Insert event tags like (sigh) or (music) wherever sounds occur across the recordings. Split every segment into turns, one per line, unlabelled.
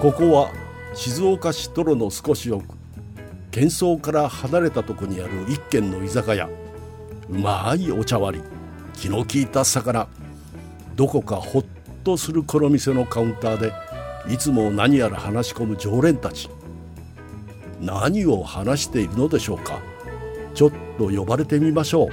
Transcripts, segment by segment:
ここは静岡市泥の少し奥喧騒から離れたとこにある一軒の居酒屋うまいお茶割り気の利いた魚どこかほっとするこの店のカウンターでいつも何やら話し込む常連たち何を話しているのでしょうかちょっと呼ばれてみましょう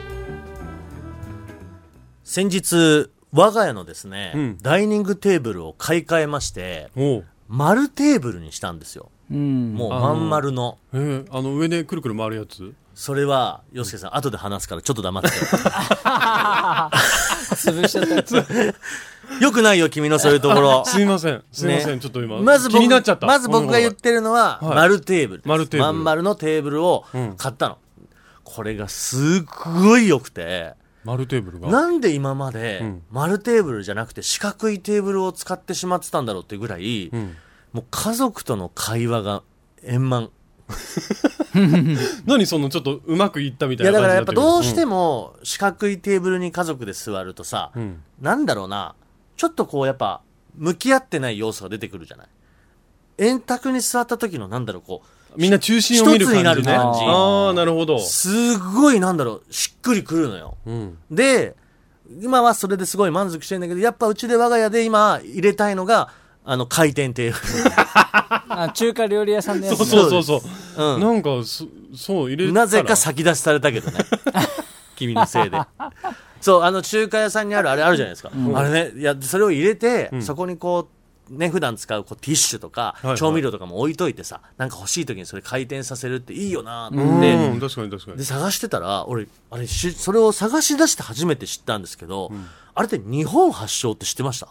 先日我が家のですね、
うん
ダイニングテーブルを買い替えまして
おう
丸テーブルにしたんですよ
うん
もうまん丸の
えー、あの上でくるくる回るやつ
それは洋介さん後で話すからちょっと
(laughs)
黙って
潰しちゃったやつ
(laughs) よくないよ君のそういうところ
(laughs) すいませんすいません、
ね
ちょっと今
まず僕
気になっちゃった
まず僕が言っ
って
るのは、
はい
丸テーブルです
丸テーブル
まん丸のテーブルを買ったの、これがすっごい良くて
丸テーブルが
なんで今まで
うん
丸テーブルじゃなくて四角いテーブルを使ってしまってたんだろうっていうぐらい、
うん、
もう家族との会話が円満
何そのちょっとうまくいったみ
い
たい
や
な
だ
感
か
じ
ら
に
や
な
ってぱどう
る
しても四角いテーブルに家族で座るとさ、
うんうん
なんだろうなちょっとこうやっぱ向き合ってない要素が出てくるじゃない円卓に座った時のなんだろうこう
みんな中心を見る感じね
一つになる感じ
ああなるほど、
すごいなんだろうしっくりくるのよ
うん、
で今はそれですごい満足してんだけどやっぱうちで我が家で今入れたいのがあの回転テーブ
(laughs) あ中華料理屋さんのやつ
そ
ね
うそうそうそ
ル、う
う
ん
なんかそそう入れたら
なぜか先出しされたけ
(laughs)
どね。君のせいで。そう、あの中華屋さんにあるあれあるじゃないですか。あれね、いや、それを入れて、そこにこう、ね、普段使うこうティッシュとか、
いはい
調味料とかも置いといてさ、なんか欲しい時にそれ回転させるっていいよなと
う
思って、
ん確かに確かに
で、探してたら、俺、あれし、それを探し出して初めて知ったんですけど、あれって日本発祥って知ってました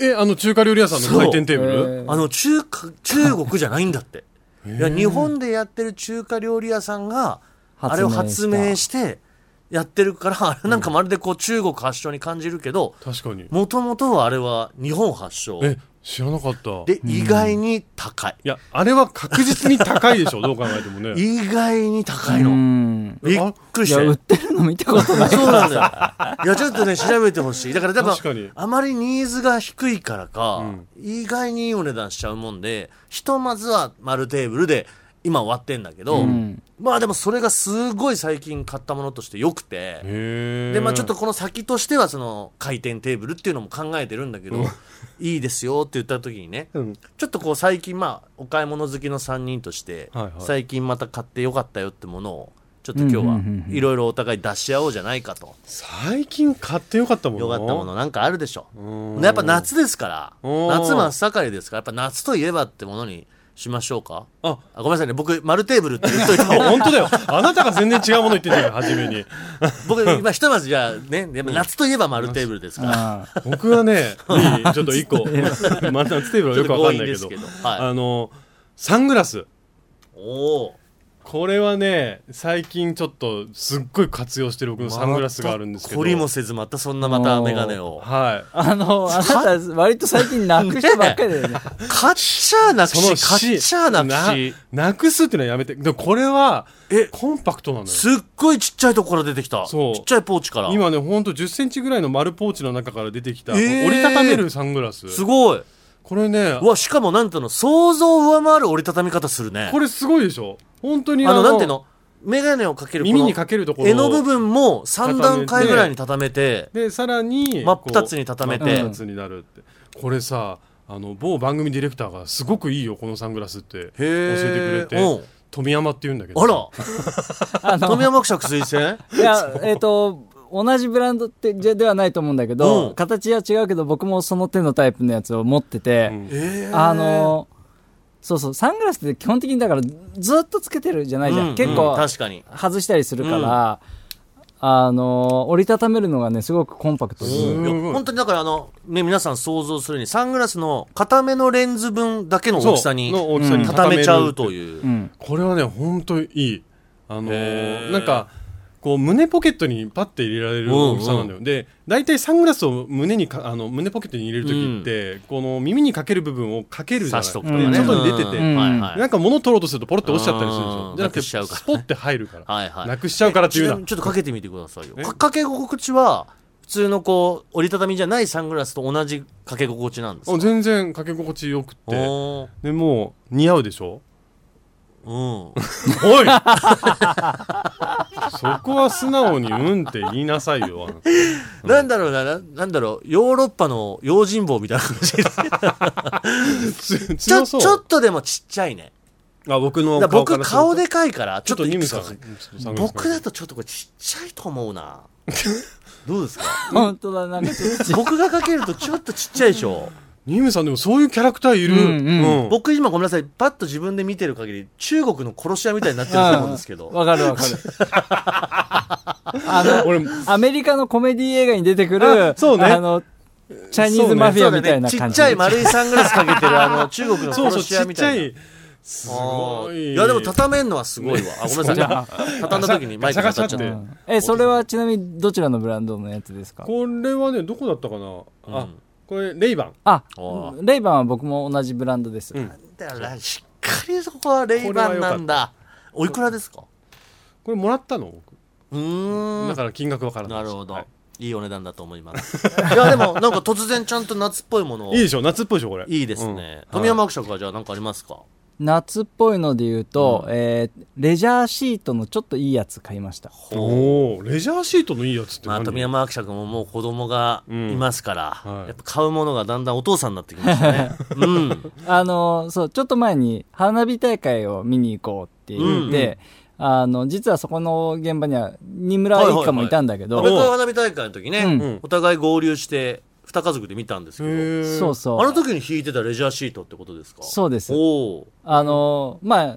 えあの中華料理屋さんの回転テーブ
そうえ
ル、
ー
あの中華中国じゃないんだっていや日本でやってる中華料理屋さんがあれを発
発
明
明
してやってるからあれなんかまるでこう中国発祥に感じるけど
確かに
もともとはあれは日本発祥
え知らなかったい
で意外に高い、
やあれは確実に高いでしょどう考えてもね
意外に高いうの
ん
びっくり
い
し (laughs)
や売っててるの見たことない
そうなんだよ (laughs) いやちょっとね調べてほしいだから多分
確かに
あまりニーズが低いからか、
うん
意外にいいお値段しちゃうもんでひとまずは丸テーブルで今終わってんだけど、
うん
まあでもそれがすごい最近買ったものとして良くて、
へえ
でまあちょっとこの先としてはその回転テーブルっていうのも考えてるんだけど、 (laughs) いいですよって言った時にね、
うん
ちょっとこう最近まあお買い物好きの3人として、
はいはい
最近また買って良かったよってものをちょっと今日はいろいろお互い出し合おうじゃないかと、
最近買ってよかったもの
良かったものなんかあるでしょ、
うん
やっぱ夏ですから
うん
夏真っ盛りですからやっぱ夏といえばってものにしましょうか
あ
あごめんなさいね僕丸テーブルって言っといて
あ本当だよあなたが全然違うもの言ってたよ初めに
僕、今ひとまずじゃあね、やっぱ夏といえば丸テーブルですから。
ああ
僕
(laughs)
はねいいちょっと一個まあ夏テーブルはよくわかんないけ
ちょっと強引です
ど
けどはい
あのサングラス
おお。
これはね最近ちょっとすっごい活用してる僕のサングラスがあるんですけど
凝りもせずまたそんなまたメガネを。
はい
あのあなた割と最近なくしたばっかりだよね
買っちゃあなく
その
し、買っちゃあなくし。
ななくすっていうのはやめてでもこれは
え
コンパクトなのよ
すっごいちっちゃいとこから出てきた。ち
そう
っちゃいポーチから。
今ねほんと1 0ンチぐらいの丸ポーチの中から出てきた、
えー
折りたためるサングラス
すごい。
これね
うわ、しかもなんていうの、想像を上回る折りたたみ方するね。
これすごいでしょ本当に
あの、なんていうの、メガネをかけるこの
耳にかけるところ
絵の部分も3段階ぐらいに畳めて、
でさらに
真っ
こう
二つに畳めて
真っ二つになるって、これさあの某番組ディレクターがすごくいいよこのサングラスって教
ー
えてくれ
う
て
ん
富山って言うんだけど
あら、
(laughs) あの
富山伯爵推薦
いや、えっ、と、同じブランドってじゃではないと思うんだけど、
うん
形は違うけど、僕もその手のタイプのやつを持ってて、
うん
えー
(laughs) あの、そうそう、サングラスって基本的にだからずっとつけてるじゃないじゃん。
うん
結
うん
構
確かに。
外したりするから、あの、折りたためるのがね、すごくコンパクト
い
に。
ごい
や本当にだからあの、ね、皆さん想像するにサングラスの片目のレンズ分だけの
そう
大きさに
の大きさに
畳めちゃう
る
と
って
いうう。
ん。
これはね本当にいいあの
へ
ー
ー
なんかこう胸ポケットにパッて入れられる大きさなんだよ、で大体サングラスを胸にかあの胸ポケットに入れる時って、この耳にかける部分をかけるじ
差
ゃない
しとく
で
とかね。
外に出てて、
うんはいは
なんか物取ろうとするとポロって落ちちゃったりするでし
う
ょ
ん
じゃなくて
なくしちゃうからね
スポッて入るから
い。はいはい。
なくしちゃうからって
ち
いう
な
な
みにちょっとかけてみてくださいよ。
え
かかけ心地は、普通のこう折りたたみじゃないサングラスと同じかけ心地なんです
あ
か
全然かけ心地よくて
おー
でもう似合うでしょ
うん
お (laughs) いそこは素直に「うん」って言いなさいよあなた
なんだろうなな、なんだろう、ヨーロッパの用心棒みたいな感じ
つ
(laughs) ちょ、
強
ち
そう
ょっとでもちっちゃいね。
あ僕の
だから僕、
らすると
顔でかいから、ち
ち
ょ
ょ
っとい
っとニ
く
ム
つ
さ
か
ん。
僕だとちょっとこれちっちゃいと思うな。どうですか
本当だ、なんかちょっとち
僕がかけるとちょっとちっちゃいでしょ。
ニムさんでもそういうキャラクターいる。
うんうん
うん
僕今ごめんなさい、パッと自分で見てる限り、中国の殺し屋みたいになってると思うんですけど。
わかるわかる。 (laughs) あの、
俺、
アメリカのコメディ映画に出てくる
あ、そうね
あの、チャイニーズマフィアみたいな
ち
感
っ
じ。
ちゃい丸いサングラスかけてる、あの、中国の
そう
殺
そう、
し
ち
屋
っ
み
ち
た
ゃ
いな。
い。すご
あー
い。
いや、でも畳めんのはすごいわ。あ、ごめんなさい。畳んだ時にマイクが当たっちゃっ
ガシャガシャ
た
っ。
うんえ、それはちなみにどちらのブランドのやつですか
これはね、どこだったかな。
う
あ
ん、
これ、レイバン。
あ
お、
レイバンは僕も同じブランドです。
うん
だからしっかりそこはレイバンなんだおいくらですか
これもらったの僕。
うーん
だから金額わからない。
なるほど、、
はい
いお値段だと思います (laughs) いやでもなんか突然ちゃんと夏っぽいものを
いいでしょ夏っぽいでしょこれ。
いいです
うん。
ね、富山伯爵はじゃあ何かありますか
夏っぽいので言うと、えーレジャーシートのちょっといいやつ買いました。
おお、レジャーシートのいいやつって
まあ、
何。
富山伯爵ももう子供がいますから、
うんはい
やっぱ買うものがだんだんお父さんになってきましたね (laughs) うん
あの、そう、ちょっと前に花火大会を見に行こうって言って、あの、実はそこの現場には、二村一家もいたんだけど、
安倍川花火大会の時ね、
うん
お互い合流して二家族で見たんです
へ
け
ー
そうそう。
どあの時に引いてたレジャーシートってことですか
そうです
おお
あのーまあ、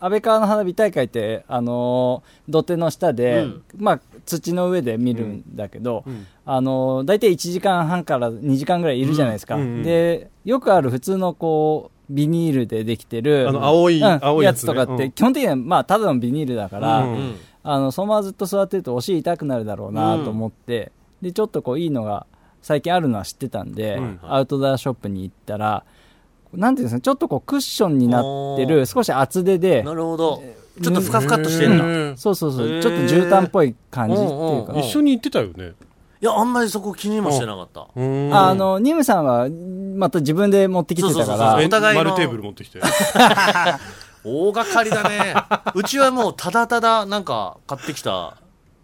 安倍川の花火大会って、あのー土手の下で、
うん
まあ、土の上で見るんだけど、
うん
あのー大体1時間半から2時間ぐらいいるじゃないですか。
うんうんうん
で、よくある普通のこう、ビニールでできてる、
あの青い
うん
青い
や
や
つ
つ
と
ね
かって、
うん
基本的には、まあ、ただのビニールだから、
うん
うん
あの、そのままずっと座ってるとお尻痛くなるだろうなと思って、で、ちょっとこういいのが最近あるのは知ってたんで、
うん
アウトドアショップに行ったら、なんていうんですか、ちょっとこうクッションになってる、少し厚手で、
なるほどちょっとふかふかっとしてんだ、
へー
そうそうそう、
へー
ちょっと絨毯っぽい感じっていう
う
か、
んうん
一緒に行ってたよね。
いや、あんまりそこ気にもしてなかった。
うん
あ、の、ニムさんはまた自分で持ってきてた
そう
か
そうそうそ
ら
う、
お互
互い
い
の
丸テーブル持って
(laughs)
きて。
大掛かりだね。うちはもうただただなんか買ってきた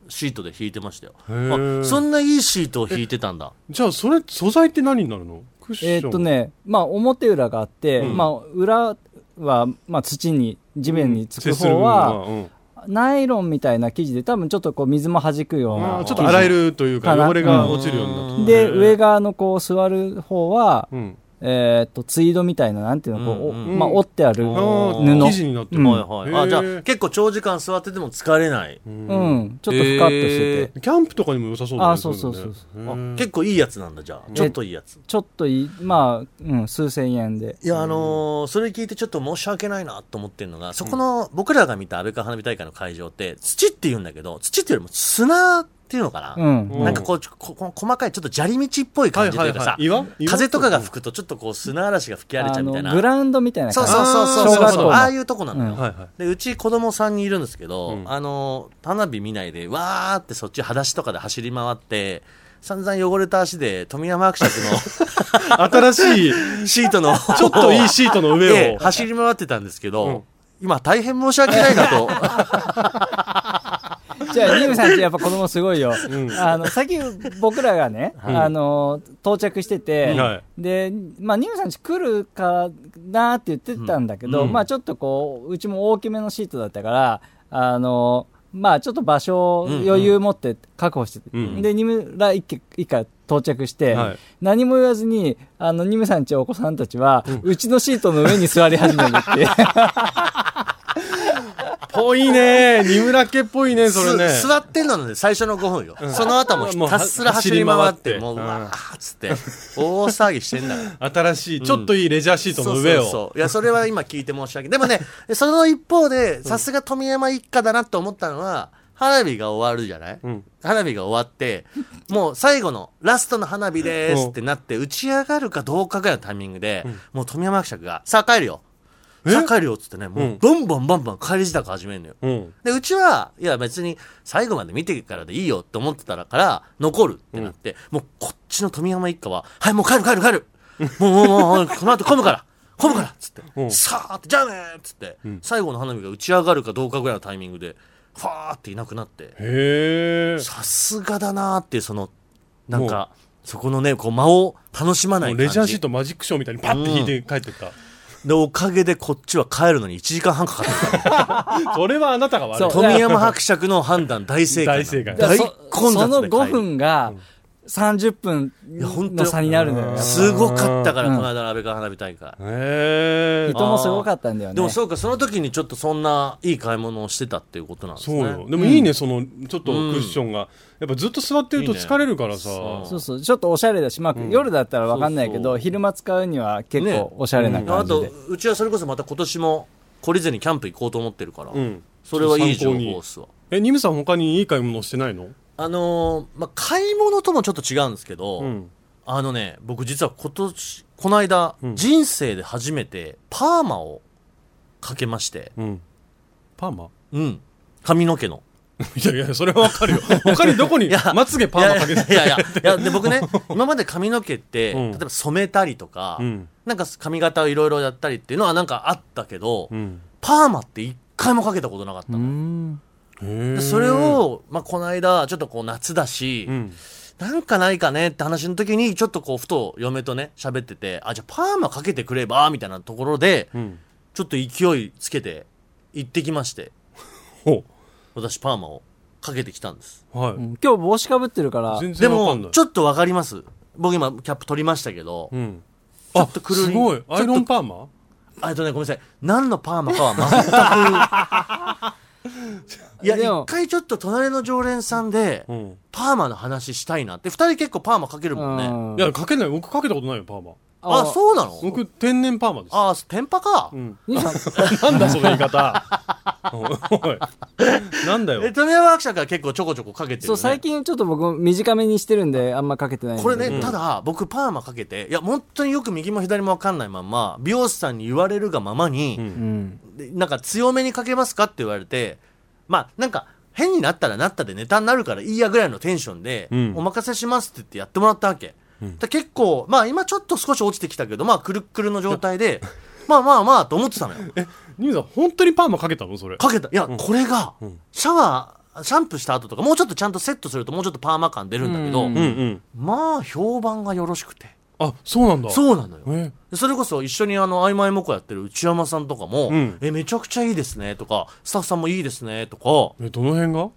シートで引いてましたよ。
ー
あそんないいシートを引いてたんだ。
じゃあそれ素材って何になるの？クッション。
えーっと。ね、まあ表裏があって、
うん
まあ裏は、まあ土に、地面につく
接する
方
部分
は、
は、うん
ナイロンみたいな生地で多分ちょっとこう水も弾くよう
あ
な
ーちょっ
生
と
地
洗えるというか
かな
汚れが落ちるようになった。
で、上側のこう座る方は、
うん。
えーっと、ツイードみたいな、なんていうの、こう、
う
お
ん
うん
まあ、折ってある。
あ
あ
ー
ー
布
生地になってる、
うん
はいはい。あ、じゃあ
へー
結構長時間座ってても疲れない。
う
うん
ん、ちょっとふかっとしてて、
キャンプとかにも良さそうだね
あーそうそうそう
い
あ
のねへ
結構いいやつなんだ、じゃあ。ちょっといいやつ。
ちょっといい、まあ、うん、数千円で。
いや、あのーそれ聞いてちょっと申し訳ないなと思ってるのが、そこの、僕らが見た安倍川花火大会の会場って、土って言うんだけど、土っていうよりも砂っていうのかな、
うん。
うん
なんかこう、ちょここ細かい、ちょっと砂利道っぽい
ー
感
はい
じと
はいいう
かさ
は、い岩岩
風とかが吹くとちょっとこう砂嵐が吹き荒れちゃ
あ
うみたい
の
な。
グラウンドみたいな
そ
感
う
じ。
そうそうそう
小
そう
学
そ
校
う。
の
ああいうとこなのよ。
はいはい
で、うち子供3人いるんですけど、
うん
あの、花火見ないで、わーってそっち裸足とかで走り回って、散々汚れた足で富山伯爵
新しい
のシート (laughs) の、ち
ちょっといいシートの上
で
を
走り回ってたんですけど、
うん
今大変申し訳ないな (laughs) と。
じゃあ、ニムさんちやっぱ子供すごいよ。
うん
あの、さっき僕らがね、あの、到着してて、
は
で、まあ、ニムさんち来るかなって言ってたんだけど、
うん
まあ、ちょっとこう、うちも大きめのシートだったから、あの、まあ、ちょっと場所を余裕持って確保してて、
うん
で、ニムら一家一家到着して、
はい
何も言わずに、あの、ニムさんちお子さんたちは、うちのシートの上に座り始めるっていう。
ぽいね
(laughs)
二村家っぽいねそれね
す座ってんので最初の5分よ。その後もひ
もう
たすら走り回って、
走り回って
もうう
うん
わーっつって、大騒ぎしてんだから。
新しいちょっといいレジャーシートの上
そうそう
を
そういやそれは今聞いて申し訳ないで
(laughs)
もねその一方でさすが富山一家だなと思ったのは花火が終わるじゃない、
うん
花火が終わってもう最後のラストの花火ですってなって打ち上がるかどうかぐらいのタイミングで、もう富山伯爵が「さあ帰るよ酒量っつってね、もううんバンバンバンバン帰り支度始めるのよ。
うん。
で、うちは、いや別に最後まで見てからでいいよって思ってたから、残るってなって、もうこっちの富山一家は、はい、もう帰る帰る帰るもうもうもうもう、この後混むから混むからっつって、
うん
さあって、じゃあねーっつって、最後の花火が打ち上がるかどうかぐらいのタイミングで、ファーっていなくなって、
へえ。
さすがだなーっていう、その、なんか、そこのね、こう間を楽しまない
もう
感じ。
レジャーシートマジックショーみたいにパッて引いて帰っ
(laughs)
てった。
で、おかげでこっちは帰るのに1時間半かかった。
それはあなたが悪い。
そう
富山伯爵の判断大正解。
大正解
だか
大
らそ
混雑で
その
帰る
5分が30分
いや本当
の差になるのよ
う
やっ
ん
ぱ
すごかったから、
うん
この間の安倍川花火大会。
へえ。
人もすごかったんだよね
でもそうか、その時にちょっとそんないい買い物をしてたっていうことなんです
そう
ね。
よ。でもいいね、その、ちょっとクッションが。やっぱずっと座ってると疲れるからさ。
いいね
そうそうちょっとおしゃれだし、まあ夜だったらわかんないけ
そう
ど
そう
昼間使うには結
ね
構おしゃれな
あ
感じで、
と、うちはそれこそまた今年も懲りずにキャンプ行こうと思ってるから、
うん。
それはいい情
参考
報
に
っすわ。
え、ニムさん他にいい買い物してないの
あのーまあ、買い物ともちょっと違うんですけど、
うん。
あのね、僕実は今年、この間、
うん
人生で初めてパーマをかけまして、
うん。パーマ (laughs)
うん。髪の毛の。
いやいや、それはわかるよ。他にどこに
(laughs) いや
まつげパーマかけて
いやいやいやいやいやで僕
(laughs)
ね今まで髪の毛って、
うん
例えば染めたりとか、
うん。
なんか髪型をいろいろやったりっていうのはなんかあったけど、
うん。
パーマって一回もかけたことなかったの
うーん
へ
で
え。
それ、を、まあ、この間ちょっとこう夏だし、
うん。
なんかないかねって話の時にちょっとこうふと嫁とね喋っててあじゃあパーマかけてくればみたいなところで
うん。
ちょっと勢いつけて行ってきまして
ほ
私パーマをかけてきたんです
う。は
今日帽子かぶってるから
い。全
で
然わかんな
も
い。
ちょっとわかります僕今キャップ取りましたけど、
うん。
ちょ
あ
っと、くるり
すごい。アイロンパーマ
あえっとね、ごめんなさい。何のパーマかは
(laughs)
全く。い
で
や、
も
一回ちょっと隣の常連さんで、
うん。
パーマの話したいなって。二人結構パーマかけるもんね。
うん
いや、かけない。僕かけたことないよ、パーマ。
あ
あ
そうなの
僕、天然パーマです。
あ、テンパか (laughs)
う。ん。
兄さん
なんだその言い方おいなんだ
え、
よ
富山伯爵は結構ちょこちょこかけてる、ね。
そう最近ちょっと僕短めにしてるんであんまかけてないんだ
こ
け
れ
ど
ね、ただ、僕パーマかけて、いや、本当によく右も左もわかんないまんま、美容師さんに言われるがままに、
うん
うん
でなんか強めにかけますかって言われて、まあなんか変になったらなったでネタになるからいいやぐらいのテンションで、
うん
お任せしますって言ってやってもらったわけ。だ結構、まあ今ちょっと少し落ちてきたけど、まあくるっくるの状態
(laughs)
で、まあまあまあと思ってたのよ。
ニムさん本当にパーマかけたのそれ
かけた。いや、これが
ん、
シャワー、シャンプーした後とか、もうちょっとちゃんとセットするともうちょっとパーマ感出るんだけど、
うん
うんうん
まあ評判がよろしくて。
あそうなんだう
そうなのよ。
え
でそれこそ一緒にあの、曖昧もこやってる内山さんとかも、
うん
え、めちゃくちゃいいですね、とか、スタッフさんもいいですね、とか、
えどの辺が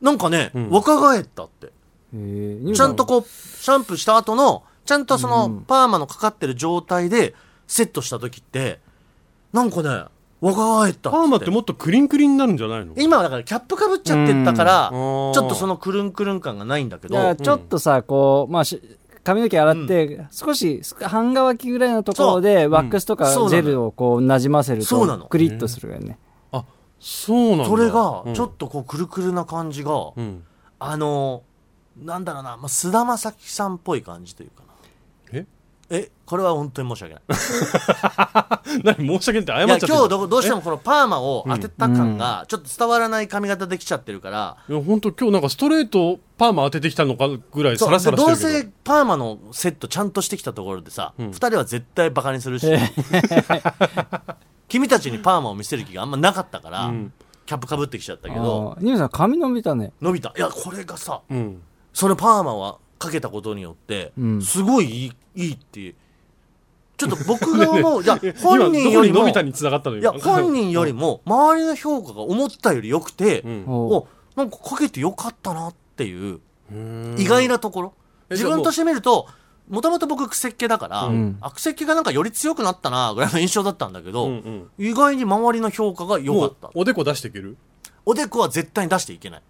なんかね、
ん
若返ったって。
へえ兄
ち
さ
ゃんとこう、シャンプーした後の、ちゃんとその、パーマのかかってる状態で、セットした時って、なんかね、若返ったっつって。
パーマってもっとクリンクリンになるんじゃないの
今はだからキャップかぶっちゃってったから、
う
ち
ん
ょ
あー
っとそのくるんくるん感がないんだけ
だから
ど、
ちょっとさ、こう、まあし、髪の毛洗って、少しす半乾きぐらいのところで、ワックスとか
そう
ジ
なの
ェルをこう、なじませる
そうなの
と、クリッとするよね。
あそうなんだ
それが、ちょ
っ
っとこう、くるくるな感じが、 (laughs)
うん
あのーなんだろうな、まあ、須田将暉さんっぽい感じというかな。
え
え、これは本当に申し訳ない。
何申し訳ない
い
って謝
や、
っちゃって
今日
ど
どどうしてもこのパーマを当てた感が、ちょっと伝わらない髪型できちゃってるから、
いや本当今日なんかストレートパーマ当ててきたのかぐらいサラサラ
そうで
して
どう
る
せ
け
パーマのセットちゃんとしてきたところでさ、二、人は絶対バカにするし、 (laughs) 君たちにパーマを見せる気があんまなかったから、
ん
キャップかぶってきちゃったけど、
あーニムさん、髪伸びたね。
伸びた。いや、これがさ、
どうん
そのパーマはかけたことによって、
ん
すごいいいいいっていうちょっと僕が思う、
(laughs)
いや、
今
本人より
どこに伸
も、
びた
い
に繋がったのよ
や、本人よりも、周りの評価が思ったより良くて、
ん
おう
おなんかかけてよかったなっていう
へえ
意外なところ、
え
自分として見るともともと僕癖っ気だから、
ん
あ癖っ気がなんかより強くなったなぐらいの印象だったんだけど、
うんうん
意外に周りの評価が良
も
かっ
う
た
おでこ出していける
おでこは絶対に出してい (laughs) けない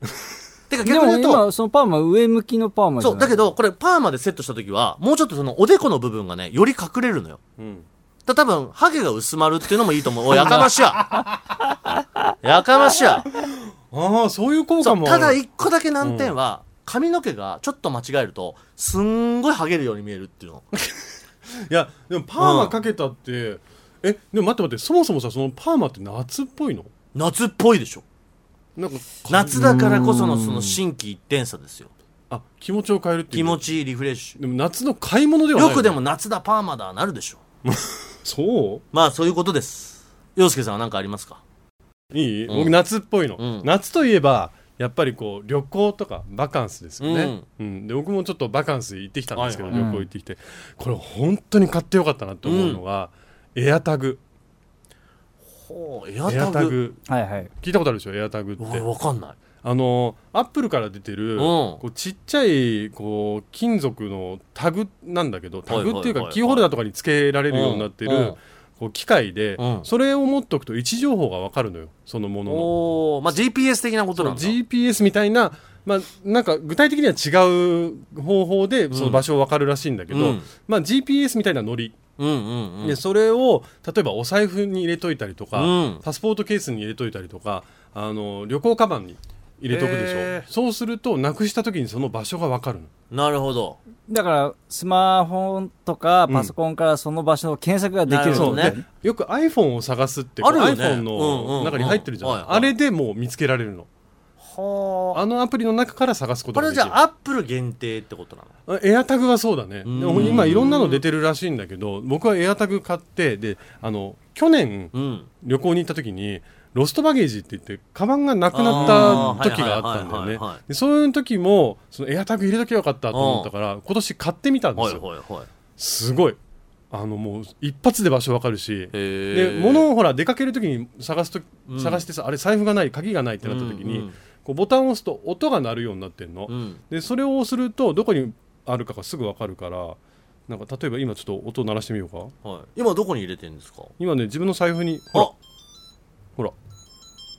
てか
で
逆に
も
言うと
今、そのパーマ上向きのパーマじゃ
そ
な
う
い
だけどこれパーマでセットした時はもうちょっとそのおでこの部分がねより隠れるのよ
うん
だ多分ハゲが薄まるっていうのもいいと思 (laughs) うおいやかましや (laughs) やかましや
ああそういう効
そ
果
う
も
ただ
ある
一個だけ難点は、髪の毛がちょっと間違えるとすんごいハゲるように見えるっていうの
いやでもパーマかけたって、えでも待って待ってそもそもさそのパーマって夏っぽいの
夏っぽいでしょ
なんか
夏だからこそのその新規一点差ですよ
あ気持ちを変えるってい
気
う
持ちいいリフレッシ
でも夏の買い物
ュ
ではない
よくでも夏だパーマだなるでしょ
そ
まあそういうことです洋介さんは何かありますか
ういい、
うん
僕夏っぽいの、
うん
夏といえばやっぱりこう旅行とかバカンスですよね、うんで僕もちょっとバカンス行ってきたんですけど、
はい
はい
旅行行ってきてこれ本当に買ってよかったなと思うのが、エアタグ
ほうエアタグ
エアタグ
はいはい。
聞いたことあるでしょエアタグって
俺わかんない
あのアップルから出てる、
うん
こうちっちゃいこう金属のタグなんだけどタグっていう
はいはいはいは
か
い
キーホルダーとかにつけられるようになって
うんう
る
ん
こう機械で、
うん
それを持っとくと位置情報がわかるのよそのものの
おおまあ GPS 的なこと
そ
な
うん
だ
GPS みたいな,、まあ、なんか具体的には違う方法でその場所をわかるらしいんだけど、
うん
まあ、GPS みたいなノリ、
うんうんうん
でそれを例えばお財布に入れといたりとか、
うん
パスポートケースに入れといたりとかあの旅行カバンに入れとくでしょ、
へー
そうするとなくした時にその場所が分かるの
なるほど
だから、スマホとかパソコンからその場所の検索ができるってことだ
なる
よ
ほどね
ね。
よく iPhone を探すってこう
あるよね
iPhone
うんうんう
の
ん
中に入ってるじゃん、
はいはい
あれでもう見つけられるの
はあ
あのアプリの中から探すこ
こ
とが
れじ
でき
ゃ
る
あアップル限定ってことなの
エアタグはそうだねで
うん
も今いろんなの出てるらしいんだけど僕はエアタグ買ってであの去年
うん
旅行に行った時にロストバゲージって言ってカバンがなくなった時があったんだよ
あーはいはいはいはいは
ねでそういう時もそのエアタグ入れときゃよかったと思ったから今年買ってみたんで
はい
すよ
はいはい
すごいあのもう一発で場所わかるしで
で
物をほら出かける時に探すと
うん
探してさあれ財布がない鍵がないってなった時
うんう
に
ん
こうボタンを押すと音が鳴るようになってんの
うん
でそれをするとどこにあるかがすぐ分かるからなんか例えば今ちょっと音鳴らしてみようか
はい今どこに入れてるんですか
今ね自分の財布にほら
あ
ほらこう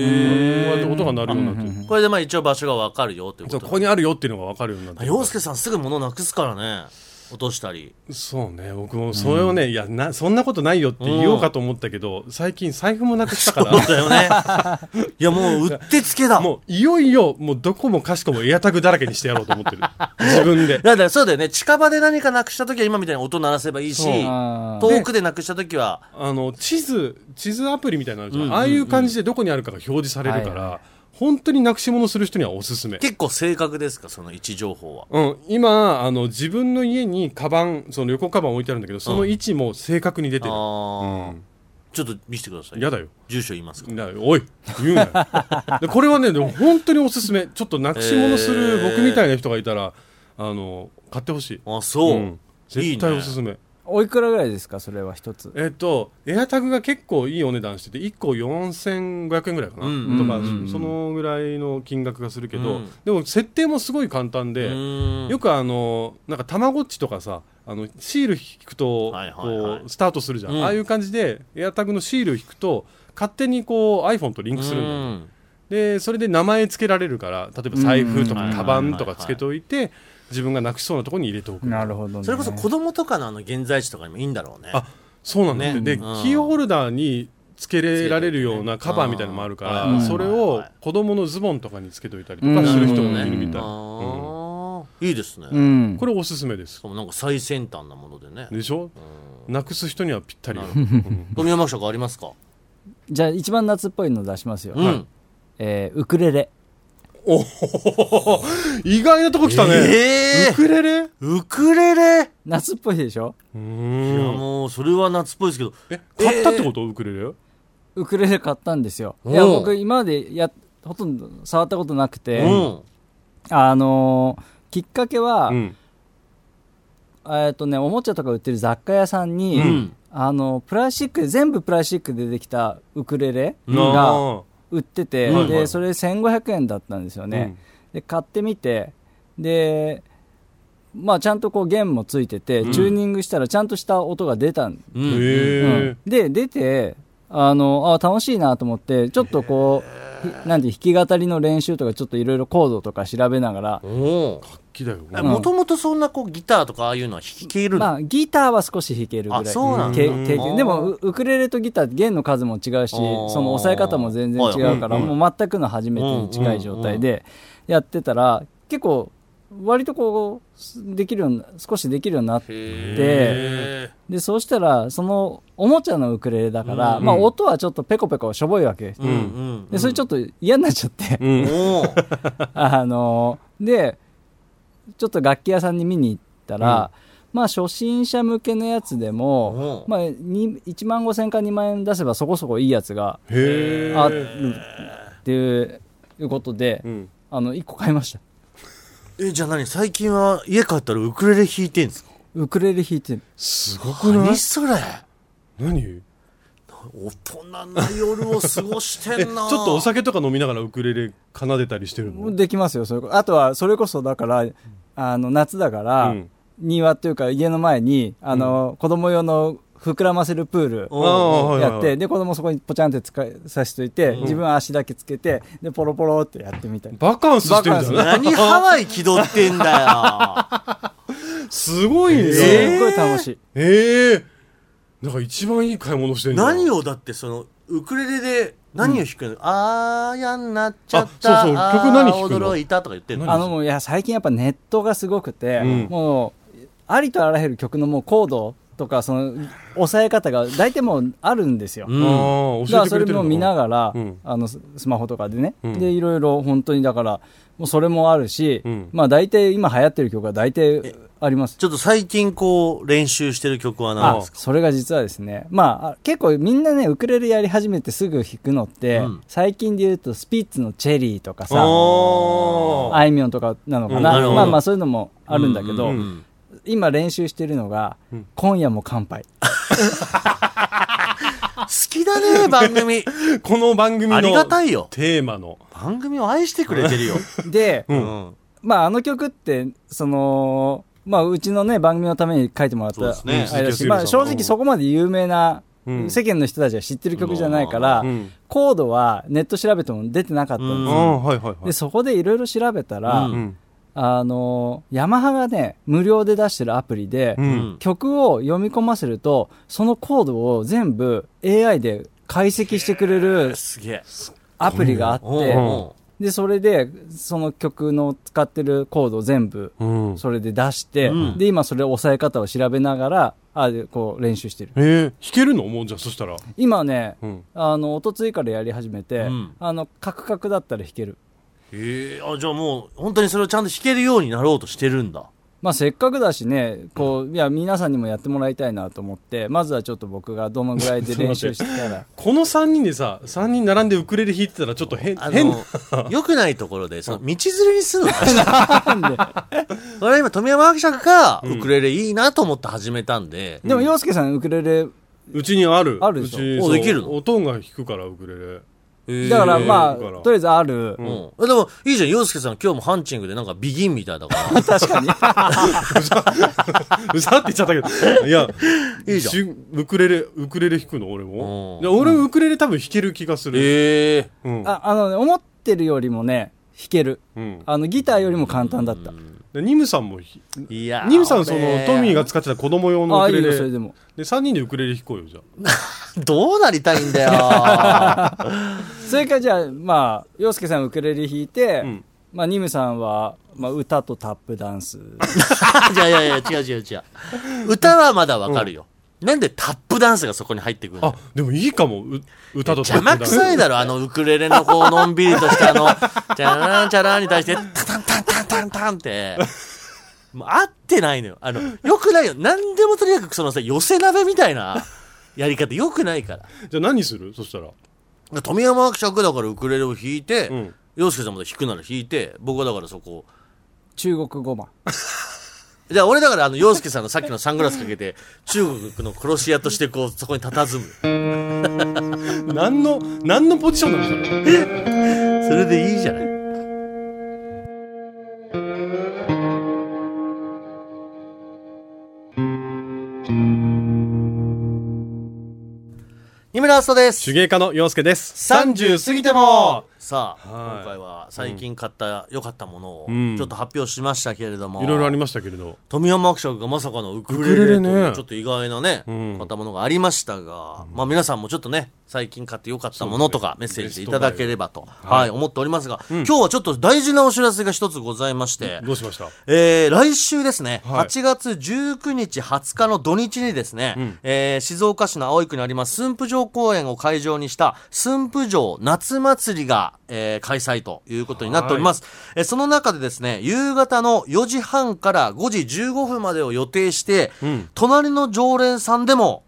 え
やって音が鳴るようになってる
これでまあ一応場所がわかるよっていうこ
そう
と
ここにあるよっていうのが分かるようになって
あ
る
洋介さんすぐ物なくすからね落としたり
そうね僕もそれをね、いやなそんなことないよって言おうかと思ったけど最近財布もなくしたか
そう
ら
だよ
(laughs)
ねいやもううってつけだ
もういよいよもうどこもかしこもエアタグだらけにしてやろうと思ってる自分で
だからそうだよね近場で何かなくした時は今みたいに音鳴らせばいいし
そう
あー
遠くでなくした時は
あの地図地図アプリみたいなのあるじゃん,、
うんうんうん
ああいう感じでどこにあるかが表示されるから、
はいは
本当になくし物する人にはおすすめ
結構正確ですかその位置情報は
うん、今あの自分の家にカバンその旅行カバン置いてあるんだけどその位置も正確に出てる、
あ
う
あ
ん
ちょっと見せてください
やだよ
住所言いますか
なおい言う
(laughs)
なよでこれはねでも本当におすすめちょっとなくし物する
えー
僕みたいな人がいたら、あの買ってほしい
あそう、
ん絶
い
対
いね
おすすめ
おいくらぐらいですかそれは一つ。
えっ、とエアタグが結構いいお値段してて1個4500円ぐらいかな、
うん
とか、
うんうん
そのぐらいの金額がするけ
う
ど、
ん
でも設定もすごい簡単で、
うん
よくあのなんかたまごっちとかさあのシール引くと、
はいはいはい
こうスタートするじゃん、
うん
ああいう感じでエアタグのシールを引くと勝手にこう iPhone とリンクするんだよ、
うん
でそれで名前つけられるから例えば財布と
う
か
ん
カバンとかつけておいて、自分がなくしそうなところに入れておく
なるほどね。
それこそ子供とかのあの現在地とかにもいいんだろうね
あそうなんだよ、
ね
で、
うん
キーホルダーにつけられるようなカバーみたいなのもあるから、
うん
それを子供のズボンとかにつけといたりと
う
か
ん
する人もいるみたい、
あ
うん
ーいいですね、
う
し
ん。
これおすすめです
かもなんか最先端なものでね
でしょ、なくす人にはぴったりよ、
な (laughs)
うん
富山社がありますか
じゃあ一番夏っぽいの出しますよ。
うん
えーウクレレ。
(laughs) 意外なとこ来たね、
え
ウクレレ
ー、ウクレレ
夏っぽいでしょ
う
いや
ーん
もうそれは夏っぽいですけど
え買ったってこと、ウクレレ
ウクレレ買ったんですよ。い
おう
や、僕今までや、ほとんど触ったことなくて、
うん
あのーきっかけは、
うん
えっとね、おもちゃとか売ってる雑貨屋さんに、
うん
あの、プラスチックで、全部プラスチックでできたウクレレ
あ
が
ー
売ってて、
はい
は
で、
い
それ1500円だったんですよね。で、買ってみて、で、まあ、ちゃんとこう弦もついてて、チューニングしたらちゃんとした音が出たん
う
うんんへ
うん
え、
で出てあのあ楽しいなと思ってちょっとこうひなんて弾き語りの練習とかちょっといろいろコードとか調べながら、
おー
楽器だよ、
えもともとそんなこうギターとかああいうのは弾けるの、
まあ、ギターは少し弾けるぐらい
あそうなんだ
け
うん
経験でもウウクレレとギターって弦の数も違うし
あ
そ
ー
の抑え方も全然違うから
はいうんうん
もう全くの初めてに近い状態でやってたら結構割とこうできるような少しできるようになって
へー
でそうしたらそのおもちゃのウクレレだから、まあ、音はちょっとペコペコしょぼいわけ、
うんうん
でそれちょっと嫌になっちゃって、
うん
お (laughs) ー
(laughs) あのでちょっと楽器屋さんに見に行ったら、まあ初心者向けのやつでも
う、ん
まあ、に1万5千か2万円出せばそこそこいいやつが
へ
あ
え。
るっていうことで、
うん。
あの1個買いました
えじゃあ何最近は家帰ったらウクレレ弾いてんですか
ウクレレ弾いてる
すごくない
何？それ
何？
大人な夜を過ごして
え、ち
ん
ょ
な (laughs)
っとお酒とか飲みながらウクレレ奏でたりしてるの？
できますよそれこあとはそれこそだからあの夏だから、
うん
庭っていうか家の前にあの、子供用の膨らませるプール
お
ああはいはい
や
は
っ
い
てで子供そこにポチャンってつかさしといて、自分は足だけつけてでポロポロってやってみたい
バカンスしてるんじゃない？
何ハワイ気取ってんだよ
すごいね。
すっごい楽しい、
ええ。なんか一番いい買い物してる。
何
を？
をだってそのウクレレで何を弾くの、あーやんなっちゃっ
あ
た
そうそう
あー
曲何弾くの
驚いたとか言ってんの
あのもういや最近やっぱネットがすごくて、
うん
もうありとあらゆる曲のもうコードとかその抑え方が大体もうあるんですよ、
うん
ああ、教
だか
え
ら
て
そ
く
れ
れてる
も
の。
見な
が
がら、
うん
あのススマホとかでね、
うん
でいろいろ本当にだからもうそれもあるし、
うん
まあ大体今流行ってる曲は大体あります
ちょっと最近こう練習してる曲は何
あ
ですか
それが実はですねまああ結構みんなねウクレレやり始めてすぐ弾くのって、
うん
最近で言うとスピッツの「チェリー」とかさ
ああ。
あいみょんとかなのか
うんな
な,、
るほど
まあまあそういうのもあるんだけど、
ううん
今練習してるのが「
うん
今夜も乾杯
好き
(laughs)
だね番組
この番組の
ありがたいよ
テーマの。
番組を愛してくれてるよ、」
で、 (laughs)
うん
うん
まああの曲ってそのまあうちのね番組のために書いてもらっ
そう
た
ですね
あれだし、
うん
まあ、正直そこまで有名な、
うん
世間の人たちが知ってる曲じゃないから、
うん。
コードはネット調べても出てなかったんで
う
す
あ
ん
よ、
あ、はいはいは
で
い。
そこでいろいろ調べたら、
うん
うん。
あのヤマハがね無料で出してるアプリで、
う。
うん
曲を読み込ませるとそのコードを全部 AI で解析してくれる
すげえ
アプリがあって、
うんうん
でそれでその曲の使ってるコードを全部
うん。
それで出して、
うん
で今それを押さえ方を調べながらあでこう練習してる
えー、弾けるのもうじゃあそしたら。
今ね
うん。
あの一昨日からやり始めて、
うん
あのカクカクだったら弾ける、
へえあじゃあもう本当にそれをちゃんと弾けるようになろうとしてるんだ
まあ、せっかくだしねこういや皆さんにもやってもらいたいなと思ってまずはちょっと僕がどのぐらいで練習してたら
この3人でさ、3人並んでウクレレ弾いてたらちょっと変、
あ
変な
の。良くないところでその道連れにするの
なんで
それは今富山伯爵がウクレレいいなと思って始めたんで、
でも洋介さんウクレレ
うちにある。
あるでしょ
うちに
お
そう
できるの
音が弾くから、ウクレレ。
だからまあ
だから
とりあえずある、
うん、えでもいいじゃん洋介さん今日もハンチングでなんかビギンみたいだから
確かに
うざって言っちゃったけ
(laughs)
ど。いや、
いいじゃん
しウクレレ、ウクレレ弾くの俺も
う。ん
で俺ウクレレ多分弾ける気がする。
ええ
うん。
ああのね思ってるよりもね弾ける
うん。
あのギターよりも簡単だった、
でニムさんもひ、
いや
ニムさんその
俺
トミーが使ってた子供用の
あ
ウ
あ
クレ
いい
レ。
よそれ
で
でも
3人でウクレレ弾こうよ、じゃあ。
どうなりたいん
(laughs)
だよ
それからじゃあまあ洋介さんウクレレ弾いて、
ん
まあ、ニムさんは、まあ、歌とタップダンス
いやいやいや違う違う違う歌はまだわかるよ、なんでタップダンスがそこに入ってくるの
あ、でもいいかも、う歌と
邪魔くさいだろ、あのウクレレのこう、のんびりとしたあ (laughs) の、チャランチャランに対して、タタンタンタンタンタンって、もう合ってないのよ。あの、よくないよ。なんでもとにかくそのさ、寄せ鍋みたいなやり方、よくないから。
(laughs) じゃあ何するそしたら。
富山伯爵だからウクレレを弾いて、
うん
洋介さんも弾くなら弾いて、僕はだからそこ、
中国語版
じゃあ俺だからあの、洋介さんのさっきのサングラスかけて、中国の殺し屋としてこう、そこに佇む。
何の、何のポジションなのそれ。
それでいいじゃない。二村明日です。
手芸家の洋介です。
30過ぎてもさあ、
はい
今回は最近買った良、かったものを
うん
ちょっと発表しましたけれども、
いろいろありましたけれど
富山伯爵がまさかのウク
ウク
レ
レ
レ
レ
と
ね
いうちょっと意外なね、
うん
買ったものがありましたが、まあ皆さんもちょっとね、最近買って良かったものとかメッセージいただければと、はい、思っておりますが、今日はちょっと大事なお知らせが一つございまして、
どうしました
えー来週ですね、
はい
8月19日、20日の土日にですね、えー静岡市の青い区にあります駿府城公園を会場にした駿府城夏祭りが、えー開催ということになっております、えーその中でですね、夕方の4時半から5時15分までを予定して、隣の常連さんでも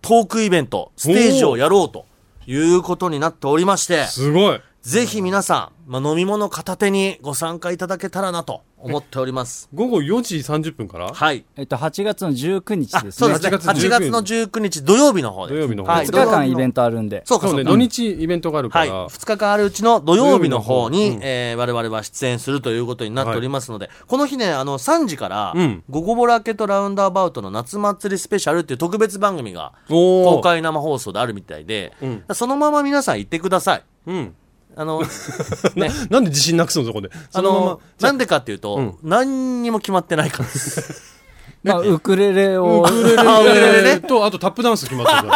トークイベント、ステージをやろうということになっておりまして、
すごい
ぜひ皆さん、まあ、飲み物片手にご参加いただけたらなと思っております。
午後4時30分から
はい。
えっと、8月の19日です
そう
ね。
ですね。
8月
8
19
月の19日土曜日の方です。
土曜日の方
はい、
2日間イベ
ント。
ントあるんで。
そうか、
そ
そうう
ね
か。
土日イベントがあるか
はい、
ら
2日間あるうちの土曜日の方
土曜
に
日の、方
えー我々は出演するということになっておりますので、この日ね、あの、3時から
うん、
ゴゴボラケとラウンドアバウトの夏祭りスペシャルっていう特別番組が、
おー
公開生放送であるみたいで、
うん
そのまま皆さん行ってください。
うん
あ
(laughs)
の、ね
な。なんで自信なくすのそこで
あ
そのまま
の、なんでかっていうと、
うん
何にも決まってないからです。
(laughs)
まあ、ウクレレを。
あウクレレね
とあとタップダンス決まったじゃん
い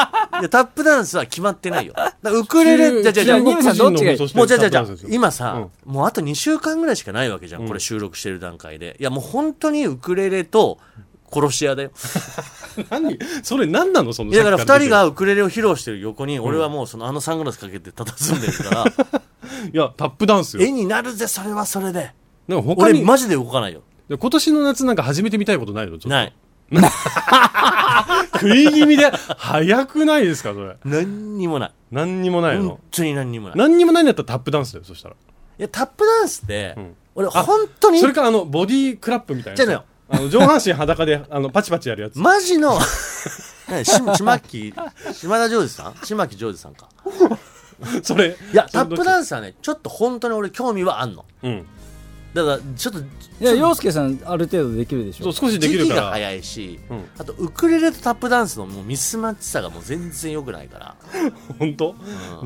や、タップダンスは決まってない
(laughs)
よ。だからウクレレ、じゃじゃじゃ
中国人の
放送してる
もうじゃじゃじ
タ
ゃ
ップダンスですよ
今さ、もうあと2週間ぐらいしかないわけじゃん、これ収録してる段階で。いや、もう本当にウクレレと殺し屋だよ。
(laughs) 何それ何なのその
いやだから2人が
さっ
ウクレレを披露してる横に、俺はもうそのあのサングラスかけて佇んでる
(laughs)
から、
き出てるいやタップダンスよ
絵になるぜ、それはそれで。
なんか他
俺
に
マジで動かないよ。
今年の夏なんか始めてみたいことないのちょっ
ない。
と食い気味で早くないですかそれ
何にもない。
何にもないの
本当に何にもない。
何にもないんだったらタップダンスだよそしたら
いや、タップダンスって
ん、
俺本当に
そ、れかあのボディークラップみたいな
じゃあね
あの上半身裸であのパチパチやるやつ
マジ
(laughs)
の、ねし島木、島田ジョージさん島木ジョージさんか。
それ
いや、タップダ
ン
ンスはね、ちょっと本当に俺興味はあんの。
スうん
だから、ちょっと、
いや、洋介さん、ある程度できるでし
そ
ょ
う。少しでき
時期
るか
が
ら
早いし、
うん
あと、ウクレレとタップダンスのもうミスマッチさがもう全然良くないから。
本当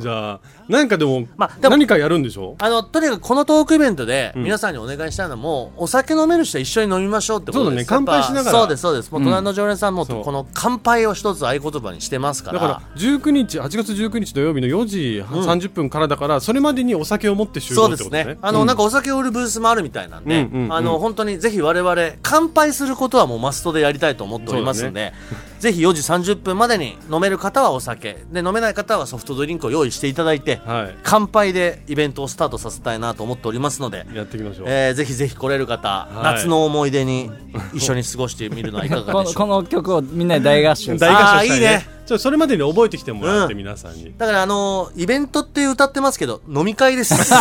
じゃあなんかでも
まあでも
何かやるんでしょ
あの、とにかくこのトークイベントで、皆さんにお願いしたいのはもう、お酒飲める人は一緒に飲みましょうってことです。
そうだね
やっぱ
乾杯しながら
そうです、そうです。もう、隣の常連さんも、
そう
この乾杯を一つ合言葉にしてますか
だ
ら。
から19日8月19日土曜日の4時30分からだからそれまでにお酒を持って集
そ
合
う
っ
で
て
す
こと
ね
ね。
あの、なんかお酒を売るブースもあるみたいなんで、
うんうんうん
あの、本当にぜひ我々、乾杯することはもうマストでやりたいと思っておりますので、 (laughs) ぜひ4時30分までに飲める方はお酒、で、飲めない方はソフトドリンクを用意していただいて、
はい
乾杯でイベントをスタートさせたいなと思っておりますので、
やっていきましょう
えーぜひぜひ来れる方、
はい
夏の思い出に一緒に過ごしてみるのはいかが
こ
で
の
しょ
(laughs)
こ
うか。
の曲をみんなで大合唱する
大合唱した
あーいいね
いねちょっとそれまでに覚えてきてもらって
うん
皆さんに
だからあのイベントって歌ってますけど、飲み会です。
(laughs)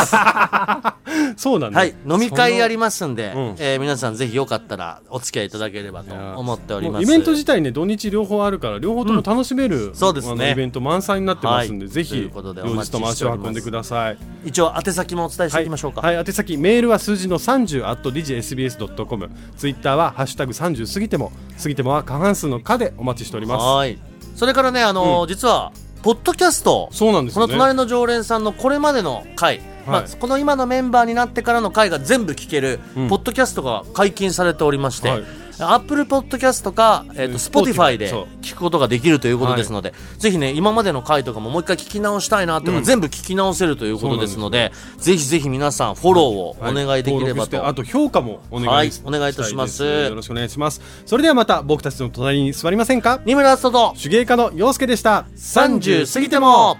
そうなんだ
はい、飲み会やりますんで、
うん
えー皆さんぜひよかったらお付き合いいただければと思っておりま
もう
す。
イベント自体ね土日両方あるから両方とも楽しめる、
そうですね
あのイベント満載になってますんで、
はい
ぜ
とい
ひ
うことで
両日とも足を運んでください
一応宛先もお伝えしていきましょうか。
はい、はい、宛先メールは数字の30 at digsbs.com ツイッターはハッシュタグ30過ぎても過ぎてもは過半数の「か」でお待ちしておりま
はいそれからね、あのー実はポッドキャスト
すそうなんです
こ
よ
の
ね
隣の常連さんのこれまでの回、まあ、この今のメンバーになってからの回が全部聞ける、
うん
ポッドキャストが解禁されておりまして、
はい
アップルポッドキャストか、えー、と Spotify
Spotify
で
そう
聞くことができるということですので、ぜひね今までの回とかももう一回聞き直したいなというのは全部聞き直せるということですので,、ぜひぜひ皆さんフォローをお
はい
願いできれ
登録
ば
して
と、
あと評価もお願いし、
はいお願いいたします
たですよろしくお願いしますそれではまた僕たちの隣に座りませんか
二村篤人と
手芸家の陽介でした
30過ぎても